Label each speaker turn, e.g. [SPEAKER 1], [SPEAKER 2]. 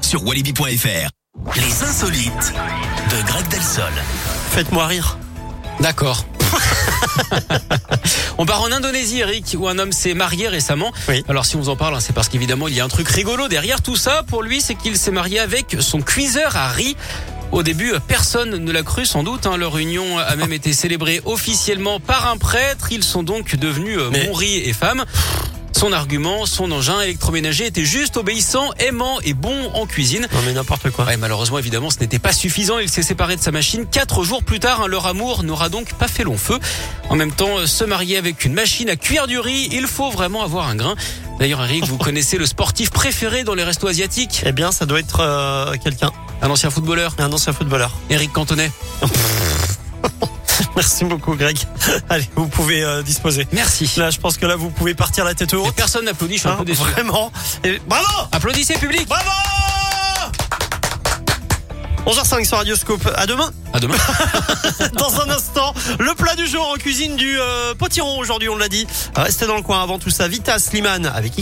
[SPEAKER 1] sur walibi.fr. Les insolites de Greg Delsol.
[SPEAKER 2] Faites-moi rire.
[SPEAKER 3] D'accord.
[SPEAKER 2] On part en Indonésie, Eric, où un homme s'est marié récemment.
[SPEAKER 3] Oui.
[SPEAKER 2] Alors si on vous en parle, hein, c'est parce qu'évidemment, il y a un truc rigolo derrière tout ça. Pour lui, c'est qu'il s'est marié avec son cuiseur à riz. Au début, euh, personne ne l'a cru sans doute. hein. Leur union a même été célébrée officiellement par un prêtre. Ils sont donc devenus euh,
[SPEAKER 3] Mais-
[SPEAKER 2] mon riz et femme. Son argument, son engin électroménager était juste obéissant, aimant et bon en cuisine.
[SPEAKER 3] Non mais n'importe quoi.
[SPEAKER 2] Ouais, malheureusement, évidemment, ce n'était pas suffisant. Il s'est séparé de sa machine. Quatre jours plus tard, hein, leur amour n'aura donc pas fait long feu. En même temps, euh, se marier avec une machine à cuire du riz, il faut vraiment avoir un grain. D'ailleurs, Eric, vous connaissez le sportif préféré dans les restos asiatiques
[SPEAKER 3] Eh bien, ça doit être euh, quelqu'un,
[SPEAKER 2] Un ancien footballeur,
[SPEAKER 3] un ancien footballeur.
[SPEAKER 2] Eric Cantonnet.
[SPEAKER 3] Merci beaucoup, Greg. Allez, vous pouvez euh, disposer.
[SPEAKER 2] Merci.
[SPEAKER 3] Là, je pense que là, vous pouvez partir la tête
[SPEAKER 2] Mais
[SPEAKER 3] haute.
[SPEAKER 2] personne n'applaudit, je suis un
[SPEAKER 3] hein,
[SPEAKER 2] peu déçu.
[SPEAKER 3] vraiment. Et bravo,
[SPEAKER 2] Applaudissez, public
[SPEAKER 3] bravo. 11h05 sur Radioscope. À demain.
[SPEAKER 2] À demain.
[SPEAKER 3] Dans un instant, le plat du jour en cuisine du euh, potiron. Aujourd'hui, on l'a dit. Restez dans le coin avant tout ça. Vita Slimane avec